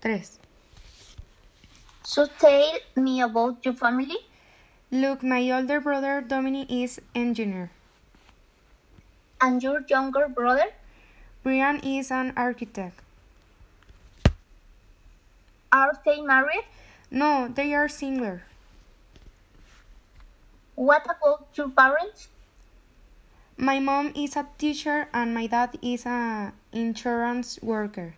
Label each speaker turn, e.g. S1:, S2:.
S1: tres.
S2: So tell me about your family.
S1: Look, my older brother Dominic is engineer.
S2: And your younger brother?
S1: Brian is an architect.
S2: Are they married?
S1: No, they are single.
S2: What about your parents?
S1: My mom is a teacher and my dad is an insurance worker.